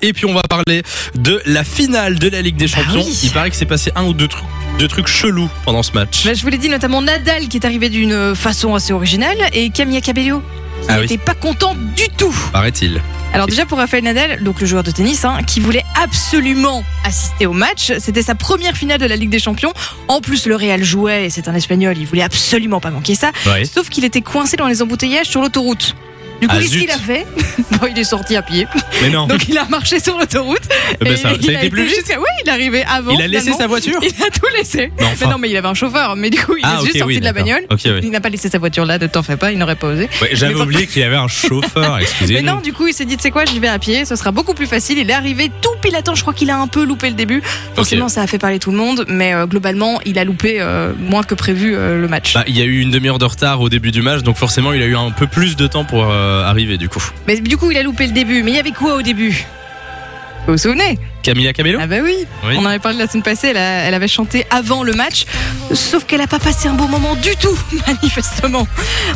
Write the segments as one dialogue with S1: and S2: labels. S1: Et puis on va parler de la finale de la Ligue des Champions.
S2: Ah oui.
S1: Il paraît que c'est passé un ou deux trucs, deux trucs chelous pendant ce match.
S2: Bah, je vous l'ai dit, notamment Nadal qui est arrivé d'une façon assez originale et Camilla Cabello qui
S1: Ah oui.
S2: n'était pas contente du tout.
S1: Paraît-il.
S2: Alors déjà pour Rafael Nadal, donc le joueur de tennis, hein, qui voulait absolument assister au match, c'était sa première finale de la Ligue des Champions. En plus le Real jouait, et c'est un Espagnol, il voulait absolument pas manquer ça.
S1: Ouais.
S2: Sauf qu'il était coincé dans les embouteillages sur l'autoroute. Du coup,
S1: Ah,
S2: qu'est-ce
S1: zut.
S2: qu'il a fait Bon, il est sorti à pied.
S1: Mais non.
S2: Donc, il a marché sur l'autoroute.
S1: Eh ben,
S2: et
S1: ça, ça
S2: il
S1: a été plus vite.
S2: jusqu'à- Oui, il est arrivé avant.
S1: Il a laissé
S2: finalement.
S1: sa voiture.
S2: Il a tout laissé.
S1: Non, enfin.
S2: Mais non, mais il avait un chauffeur. Mais du coup, il
S1: Ah,
S2: est
S1: ok,
S2: juste sorti
S1: oui,
S2: de la
S1: d'accord.
S2: bagnole.
S1: Ok, oui.
S2: Il n'a pas laissé sa voiture là, ne t'en fais pas, il n'aurait pas osé.
S1: Ouais, J'avais
S2: Mais par-
S1: oublié qu'il y avait un chauffeur,
S2: Mais
S1: excusez-nous.
S2: non, du coup, il s'est dit, tu sais quoi, j'y vais à pied, ce sera beaucoup plus facile. Il est arrivé tout pile à temps, je crois qu'il a un peu loupé le début. Forcément, ça a fait parler tout le monde, mais euh, globalement, il a loupé euh, moins que prévu euh, le match.
S1: Bah, il y a eu une demi-heure de retard au début du match, donc forcément il a eu un peu plus de temps pour euh, arriver du coup.
S2: Mais du coup, il a loupé le début. Mais il y avait quoi au début Vous vous souvenez
S1: Camilla Cabello
S2: Ah bah oui.
S1: Oui.
S2: On en avait parlé la semaine passée, elle, a- elle avait chanté avant le match, sauf qu'elle a pas passé un bon moment du tout, manifestement.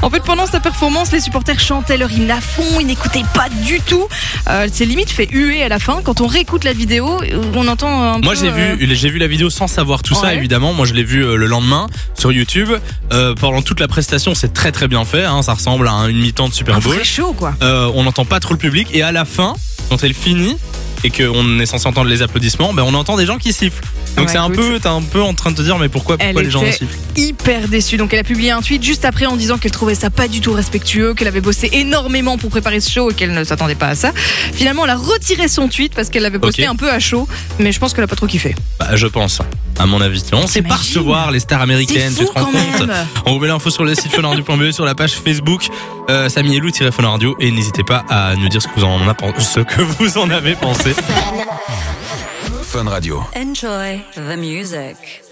S2: En fait, pendant sa performance, les supporters chantaient leur hymne à fond, ils n'écoutaient pas du tout. Euh, Elle s'est limite fait huer à la fin. Quand on réécoute la vidéo, on entend un
S1: Moi
S2: peu,
S1: j'ai
S2: euh,
S1: vu, j'ai vu la vidéo sans savoir tout ça
S2: Ouais.
S1: évidemment. Moi je l'ai vu euh, le lendemain sur YouTube. Euh, pendant toute la prestation, c'est très très bien fait. hein. Ça ressemble à un- une mi-temps de Super
S2: un
S1: Bowl.
S2: vrai show, quoi.
S1: Euh, on n'entend pas trop le public et à la fin, quand elle finit et qu'on est censé entendre les applaudissements, ben on entend des gens qui sifflent. Donc
S2: Ouais,
S1: c'est un
S2: écoute.
S1: peu, t'es un peu en train de te dire mais pourquoi, pourquoi
S2: Elle
S1: les gens
S2: était
S1: sifflent
S2: hyper déçue. Donc elle a publié un tweet juste après en disant qu'elle trouvait ça pas du tout respectueux, qu'elle avait bossé énormément pour préparer ce show et qu'elle ne s'attendait pas à ça. Finalement, elle a retiré son tweet parce qu'elle l'avait posté
S1: Ok.
S2: un peu à chaud, mais je pense qu'elle a pas trop kiffé.
S1: Bah, je pense. À mon avis, on sait pas
S2: T'imagines
S1: recevoir les stars
S2: C'est
S1: américaines. tu
S2: fou
S1: te rends
S2: quand
S1: compte
S2: même.
S1: On vous met l'info sur le site fonradio.be, sur la page Facebook euh, Samy et Lou radio et n'hésitez pas à nous dire ce que vous en, a pen- ce que vous en avez pensé.
S3: Fun Radio.
S4: Enjoy the music.